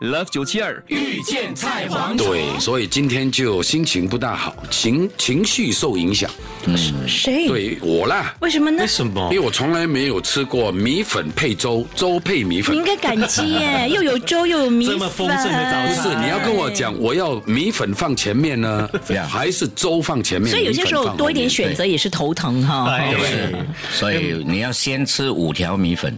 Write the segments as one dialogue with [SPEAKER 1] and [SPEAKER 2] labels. [SPEAKER 1] Love 九七二遇见菜黄土，
[SPEAKER 2] 对，所以今天就心情不大好，情情绪受影响。
[SPEAKER 3] 谁？
[SPEAKER 2] 对我啦，
[SPEAKER 3] 为什么呢
[SPEAKER 1] 为？什么
[SPEAKER 2] 因为？我从来没有吃过米粉配粥，粥配米
[SPEAKER 3] 你
[SPEAKER 2] 粉
[SPEAKER 3] 应。该感 激耶，又有粥又有米
[SPEAKER 1] 这么
[SPEAKER 3] 粉，
[SPEAKER 1] 丰盛的早餐
[SPEAKER 2] 不是，你要跟我讲，我要米粉放前面呢，还是粥放前面？
[SPEAKER 3] 所以有些时
[SPEAKER 2] 米粉
[SPEAKER 3] 候
[SPEAKER 2] 放
[SPEAKER 3] 多一点
[SPEAKER 2] 后面
[SPEAKER 3] 选择也是头疼哈。
[SPEAKER 1] 哎
[SPEAKER 4] 是，所以你要先吃五条米粉，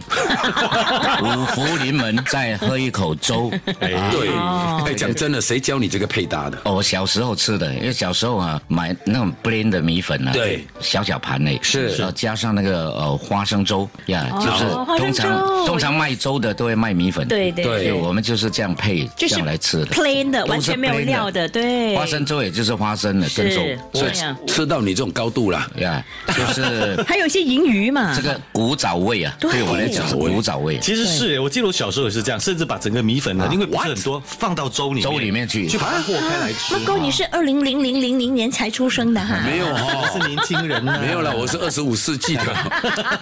[SPEAKER 4] 五福临门，再喝一口粥。
[SPEAKER 2] 对，
[SPEAKER 3] 哦
[SPEAKER 2] 哎，讲真的，谁教你这个配搭的？
[SPEAKER 4] 哦我小时候吃的，因为小时候啊，买那种 blend 的米粉啊，
[SPEAKER 2] 对，
[SPEAKER 4] 小小盘嘞，
[SPEAKER 2] 是
[SPEAKER 4] 然后加上那个呃花生粥呀，就是
[SPEAKER 3] 花生粥
[SPEAKER 4] 通常通常卖粥的都会卖米粉，
[SPEAKER 3] 对对
[SPEAKER 2] 对
[SPEAKER 4] 就我们就是这样配，
[SPEAKER 3] 就
[SPEAKER 4] 这
[SPEAKER 3] 是
[SPEAKER 4] 样来吃的
[SPEAKER 3] plain 的，
[SPEAKER 4] 都是
[SPEAKER 3] 完全没有
[SPEAKER 4] plain 的
[SPEAKER 3] 料的，对。
[SPEAKER 4] 花生粥也就是花生的跟
[SPEAKER 3] 是
[SPEAKER 4] 粥，
[SPEAKER 2] 所以
[SPEAKER 3] 对呀
[SPEAKER 2] 吃到你这种高度啦，
[SPEAKER 4] 呀，就是
[SPEAKER 3] 还有一些银鱼嘛
[SPEAKER 4] 这，个古早味啊，
[SPEAKER 3] 对
[SPEAKER 4] 对我来讲是古早味。
[SPEAKER 1] 其实是，我记得我小时候也是这样，甚至把整个米粉啊呢，因为不是很多，放到粥里面
[SPEAKER 4] 粥里面去
[SPEAKER 1] 去把它和开来吃。
[SPEAKER 3] 猫哥，啊你是二零零零零零年才出生的哈，
[SPEAKER 2] 没 有
[SPEAKER 1] 我是
[SPEAKER 2] 哦，
[SPEAKER 1] 年轻人啊呢，
[SPEAKER 2] 没有了，我是二十五世纪 的，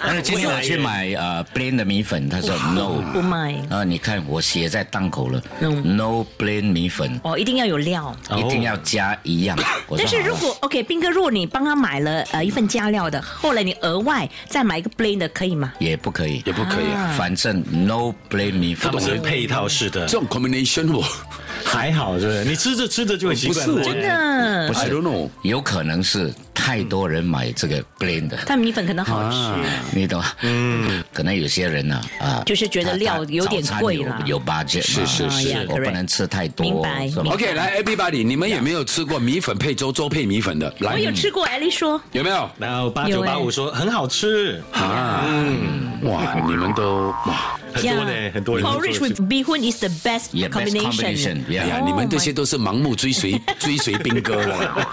[SPEAKER 4] 但是今天我去买呃 blend 的米粉，他说 no
[SPEAKER 3] 不卖
[SPEAKER 4] 啊，你看我写在档口了
[SPEAKER 3] 嗯
[SPEAKER 4] ，no blend 米粉
[SPEAKER 3] 哦，一定要有料。
[SPEAKER 4] 一定要加一样。我说
[SPEAKER 3] 但是
[SPEAKER 4] 好啊
[SPEAKER 3] 如果 OK，斌哥，如果你帮他买了呃一份加料的，后来你额外再买一个 plain 的，可以吗？
[SPEAKER 4] 也不可以，
[SPEAKER 2] 也不可以啊。
[SPEAKER 4] 反正 no blend 米
[SPEAKER 1] 他
[SPEAKER 4] 粉
[SPEAKER 1] 们。是配套式的
[SPEAKER 2] 这，种 combination 我
[SPEAKER 1] 还好是不是？你吃着吃着就很习惯了。
[SPEAKER 2] 不是我
[SPEAKER 3] 真
[SPEAKER 4] 嗯
[SPEAKER 3] 的，
[SPEAKER 2] I don't know。
[SPEAKER 4] 有可能是太多人买这个 blend 的，
[SPEAKER 3] 他米粉可能好吃。
[SPEAKER 4] 你懂吗？嗯，可能有些人呢，啊，
[SPEAKER 3] 就是觉得料
[SPEAKER 4] 他他
[SPEAKER 3] 有点
[SPEAKER 4] 早餐
[SPEAKER 3] 贵
[SPEAKER 4] 有
[SPEAKER 3] 啦
[SPEAKER 4] 有 budget，
[SPEAKER 2] 是是
[SPEAKER 4] 嘛
[SPEAKER 2] 是
[SPEAKER 3] 啊呀
[SPEAKER 4] 我不
[SPEAKER 3] correct
[SPEAKER 4] 能吃太
[SPEAKER 3] 明
[SPEAKER 4] 多
[SPEAKER 3] 白，
[SPEAKER 4] 是吧？
[SPEAKER 2] OK，来，everybody，你们有没有吃过米粉配粥，粥配米粉的？来，
[SPEAKER 3] 我有吃过，艾丽说
[SPEAKER 2] 有没有？
[SPEAKER 1] 然后八九八五说很好吃，
[SPEAKER 2] 啊，哇，你们都哇，
[SPEAKER 1] 很
[SPEAKER 3] 啊
[SPEAKER 1] 多呢，很多人都
[SPEAKER 3] p
[SPEAKER 1] 做
[SPEAKER 3] o r r i
[SPEAKER 1] 得
[SPEAKER 3] d
[SPEAKER 1] 出
[SPEAKER 3] g e with
[SPEAKER 1] 来
[SPEAKER 3] bee 混 is the best
[SPEAKER 4] Yeah, best combination，
[SPEAKER 3] combination。
[SPEAKER 2] 哎
[SPEAKER 4] yeah
[SPEAKER 2] 呀，
[SPEAKER 3] Oh
[SPEAKER 2] 你们这
[SPEAKER 3] my
[SPEAKER 2] 些都是盲目追 随追随兵哥的，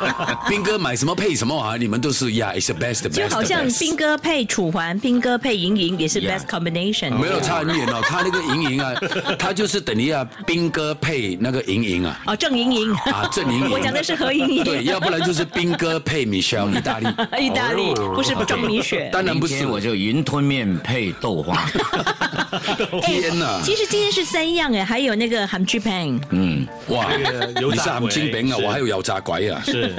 [SPEAKER 2] 兵哥买什么配什么啊，你们都是呀，it's the best，the best，
[SPEAKER 3] 就好
[SPEAKER 2] the
[SPEAKER 3] 像
[SPEAKER 2] best
[SPEAKER 3] 斌哥配楚环，斌哥配莹莹也是
[SPEAKER 4] Yeah
[SPEAKER 3] best combination。
[SPEAKER 2] 没有差很远哦，他那个莹莹啊， 他就是等于啊，兵哥配那个莹莹啊，
[SPEAKER 3] 哦，郑莹莹
[SPEAKER 2] 啊，郑莹莹，
[SPEAKER 3] 我讲的是何莹 莹。
[SPEAKER 2] 对，要不然就是兵哥配 Michelle 意大利，
[SPEAKER 3] 意哎大利
[SPEAKER 2] 哦
[SPEAKER 3] 不是不中 米雪。
[SPEAKER 2] 当然
[SPEAKER 4] 明
[SPEAKER 2] 不是
[SPEAKER 4] 天我就云吞面配豆花。
[SPEAKER 2] 天哪，
[SPEAKER 3] 哎其实今天是三样哎，还有那个 Ham Chi Pan，
[SPEAKER 2] 哇
[SPEAKER 1] 那个，油
[SPEAKER 2] 你是
[SPEAKER 1] 炸
[SPEAKER 2] 含
[SPEAKER 1] 鬼
[SPEAKER 2] 金饼啊，
[SPEAKER 1] 是
[SPEAKER 2] 我还有油炸鬼啊，
[SPEAKER 1] 是，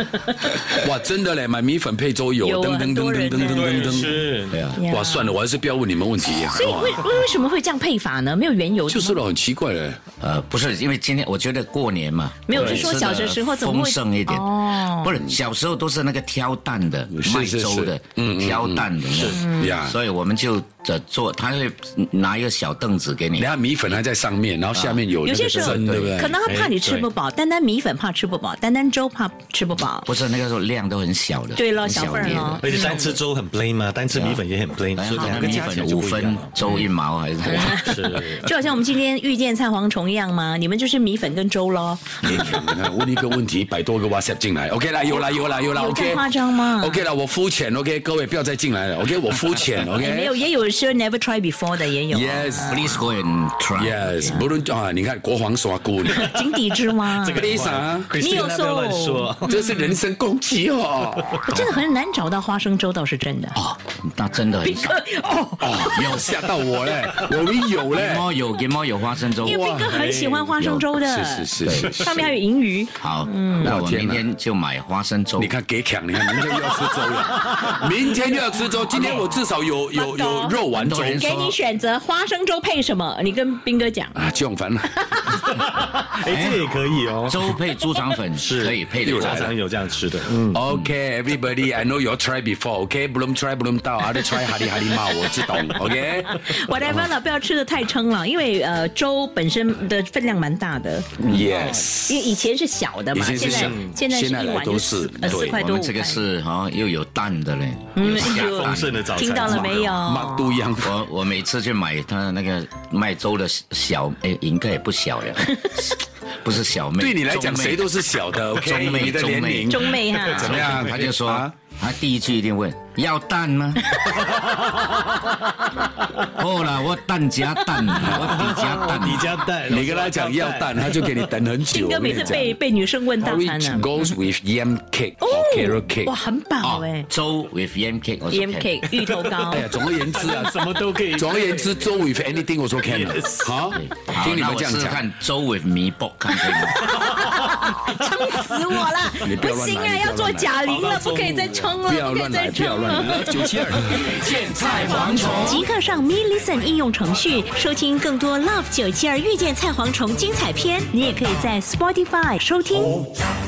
[SPEAKER 2] 哇，真的嘞，买米粉配粥有
[SPEAKER 3] 有啊
[SPEAKER 2] 噔噔
[SPEAKER 3] 很
[SPEAKER 2] 噔
[SPEAKER 3] 多
[SPEAKER 2] 噔
[SPEAKER 3] 人
[SPEAKER 2] 噔
[SPEAKER 3] 呢
[SPEAKER 2] 噔
[SPEAKER 1] 对，
[SPEAKER 2] 噔
[SPEAKER 1] 是，
[SPEAKER 4] 对啊，
[SPEAKER 2] 噔，哇，算了，我还是不要问你们问题啊，
[SPEAKER 3] 所以
[SPEAKER 2] 哇
[SPEAKER 3] 为为为什么会这样配法呢？没有缘由的吗，
[SPEAKER 2] 就是了，很奇怪嘞。
[SPEAKER 4] 呃，不是，因为今天我觉得过年嘛，
[SPEAKER 3] 没有
[SPEAKER 4] 对
[SPEAKER 3] 是说
[SPEAKER 4] 吃得
[SPEAKER 3] 小的时候怎么
[SPEAKER 4] 丰
[SPEAKER 3] 会
[SPEAKER 4] 盛一点？
[SPEAKER 3] 哦
[SPEAKER 4] 不是小时候都是那个挑担的、
[SPEAKER 2] 是
[SPEAKER 4] 卖
[SPEAKER 2] 是
[SPEAKER 4] 粥的
[SPEAKER 2] 是、嗯嗯
[SPEAKER 4] 挑担的，嗯
[SPEAKER 3] 嗯
[SPEAKER 2] 是啊呀
[SPEAKER 4] 所以我们就呃做，他会拿一个小凳子给你
[SPEAKER 2] 你，看米粉还在上面，然后下面有
[SPEAKER 3] 有
[SPEAKER 2] 那
[SPEAKER 3] 些
[SPEAKER 2] 个
[SPEAKER 3] 时候
[SPEAKER 2] 针，对不对
[SPEAKER 3] 可？能他怕你吃不饱，单单米粉怕吃不饱，单单粥怕吃不饱。
[SPEAKER 4] 不是那个时候量都很小的，
[SPEAKER 3] 对咯
[SPEAKER 4] 很
[SPEAKER 3] 小份儿
[SPEAKER 4] 碟
[SPEAKER 3] 咯
[SPEAKER 4] 的。
[SPEAKER 2] 哎
[SPEAKER 1] 而且单吃粥很 plain 嘛，单吃米粉也很 plain，
[SPEAKER 4] 然
[SPEAKER 1] 所
[SPEAKER 4] 后
[SPEAKER 1] 以两
[SPEAKER 4] 哎那个
[SPEAKER 1] 个
[SPEAKER 4] 米
[SPEAKER 1] 加起
[SPEAKER 4] 粉
[SPEAKER 1] 来就
[SPEAKER 4] 五
[SPEAKER 1] 不一样
[SPEAKER 4] 分
[SPEAKER 1] 了，
[SPEAKER 4] 粥
[SPEAKER 2] 嗯
[SPEAKER 4] 一毛还是多少？
[SPEAKER 3] 嗯
[SPEAKER 1] 是。
[SPEAKER 3] 就好像我们今天遇见菜蝗虫一样嘛，你们就是米粉跟粥咯。
[SPEAKER 2] 你看，问一个问题，百多个 WhatsApp 进 来，OK 啦，有啦，有啦，有啦
[SPEAKER 3] 有这样
[SPEAKER 2] ，OK。
[SPEAKER 3] 夸张吗
[SPEAKER 2] ？OK 啦，我肤浅，OK，各位不要再进来了，OK，我肤浅
[SPEAKER 3] 也
[SPEAKER 2] ，OK
[SPEAKER 3] 没有，。也有是 never try before 的，也有
[SPEAKER 2] Yes,
[SPEAKER 4] Please go and try。
[SPEAKER 2] yes，不论啊，你看国皇刷姑娘，
[SPEAKER 3] 井底之 蛙。
[SPEAKER 1] 这个
[SPEAKER 2] 悲伤啊
[SPEAKER 1] Christina，
[SPEAKER 3] 你有
[SPEAKER 1] 不要乱
[SPEAKER 3] 瘦
[SPEAKER 1] 说，
[SPEAKER 2] 这是人身攻击哦。
[SPEAKER 3] 我真的很难找到花生粥，倒是真的。
[SPEAKER 4] 哦，那真的很少。
[SPEAKER 2] 哦，有吓到我嘞，我们有嘞
[SPEAKER 4] 给。 猫有给猫有花生粥，
[SPEAKER 3] 因为斌哥很喜欢花生粥的，
[SPEAKER 2] 哎是是是是
[SPEAKER 3] 上面还有银鱼。
[SPEAKER 4] 好，那
[SPEAKER 3] 嗯
[SPEAKER 2] 老
[SPEAKER 4] 我
[SPEAKER 2] 天
[SPEAKER 4] 明
[SPEAKER 2] 哪
[SPEAKER 4] 天就买花生粥。
[SPEAKER 2] 你看给抢，你看明天又要吃粥了，明天又要吃粥。今天我至少有有有肉丸粥
[SPEAKER 4] 很多人
[SPEAKER 3] 给你选择花生粥配什么，你跟斌哥 讲。
[SPEAKER 2] 啊，就烦了。
[SPEAKER 1] 哎，这也可以哦，
[SPEAKER 4] 粥配猪肠粉是可以配的
[SPEAKER 1] 有，家常有这样吃的，嗯，
[SPEAKER 2] Okay, everybody, I know you try before. Okay, belum try belum 到，还在 try 哈利哈利骂我，知懂？Okay，
[SPEAKER 3] whatever 了，不要吃的太撑了，因为呃粥本身的分量蛮大的。
[SPEAKER 2] Yes
[SPEAKER 3] 因为以前是小的嘛，
[SPEAKER 2] 以前
[SPEAKER 3] 现
[SPEAKER 2] 是
[SPEAKER 3] 在
[SPEAKER 2] 小
[SPEAKER 3] 现在是
[SPEAKER 2] 现在
[SPEAKER 3] 一碗
[SPEAKER 2] 来都
[SPEAKER 3] 就是四呃
[SPEAKER 2] 对
[SPEAKER 3] 四块
[SPEAKER 4] 我
[SPEAKER 3] 多五
[SPEAKER 4] 们
[SPEAKER 3] 块。
[SPEAKER 4] 这个是好像又有蛋的嘞，
[SPEAKER 3] 嗯
[SPEAKER 4] 有下
[SPEAKER 3] 有
[SPEAKER 1] 丰盛的
[SPEAKER 4] 蛋。
[SPEAKER 1] 早餐，
[SPEAKER 3] 听到了没有？
[SPEAKER 2] 马都一样。
[SPEAKER 4] 我我每次去买他的那个卖粥的小，哎，应该也不小 了，不是小妹。
[SPEAKER 2] 对你来讲，
[SPEAKER 4] 中妹
[SPEAKER 2] 谁都是小的。OK，
[SPEAKER 4] 中妹
[SPEAKER 2] 你的年龄
[SPEAKER 3] 中妹哈，
[SPEAKER 2] 怎么样？
[SPEAKER 4] 他就说
[SPEAKER 2] 啊
[SPEAKER 4] 他第一句一定问要 蛋吗？哦啦，我蛋加蛋，我底加
[SPEAKER 2] 哦
[SPEAKER 4] 蛋，
[SPEAKER 1] 你加蛋，
[SPEAKER 2] 你跟他讲要蛋，他就给你等很久。
[SPEAKER 3] 金哥每次被被女生问大餐啊
[SPEAKER 2] Porridge
[SPEAKER 3] 呢，
[SPEAKER 2] goes with yam cake or carrot cake。啊
[SPEAKER 3] 哦哇，很饱哎
[SPEAKER 4] 粥 with yam cake，我说
[SPEAKER 3] ，M K 芋头糕
[SPEAKER 2] 哎。呀，总而言之啊，
[SPEAKER 1] 什么都可以。
[SPEAKER 2] 总而言之，粥 with anything 我说 can 啊了。好，
[SPEAKER 4] 好
[SPEAKER 2] 听你
[SPEAKER 4] 那
[SPEAKER 2] 们
[SPEAKER 4] 我
[SPEAKER 2] 这样
[SPEAKER 4] 试试
[SPEAKER 2] 讲，
[SPEAKER 4] 看粥 with 米薄看可以吗？
[SPEAKER 3] 撑死我了！
[SPEAKER 2] 你不要乱来
[SPEAKER 3] 行
[SPEAKER 2] 你不要乱
[SPEAKER 3] 啊，
[SPEAKER 2] 来
[SPEAKER 3] 要做贾玲了，不可以再撑了，
[SPEAKER 2] 不要
[SPEAKER 3] 不可以
[SPEAKER 2] 乱来，
[SPEAKER 3] 再
[SPEAKER 2] 不要
[SPEAKER 3] 撑
[SPEAKER 2] 乱
[SPEAKER 3] 了。
[SPEAKER 2] 来。九七二。
[SPEAKER 4] 现在蝗虫
[SPEAKER 3] 即刻上 Me Listen 应用程序收听更多 Love 九七二遇见菜蝗虫精彩片，你也可以在 Spotify 收听。
[SPEAKER 5] 哦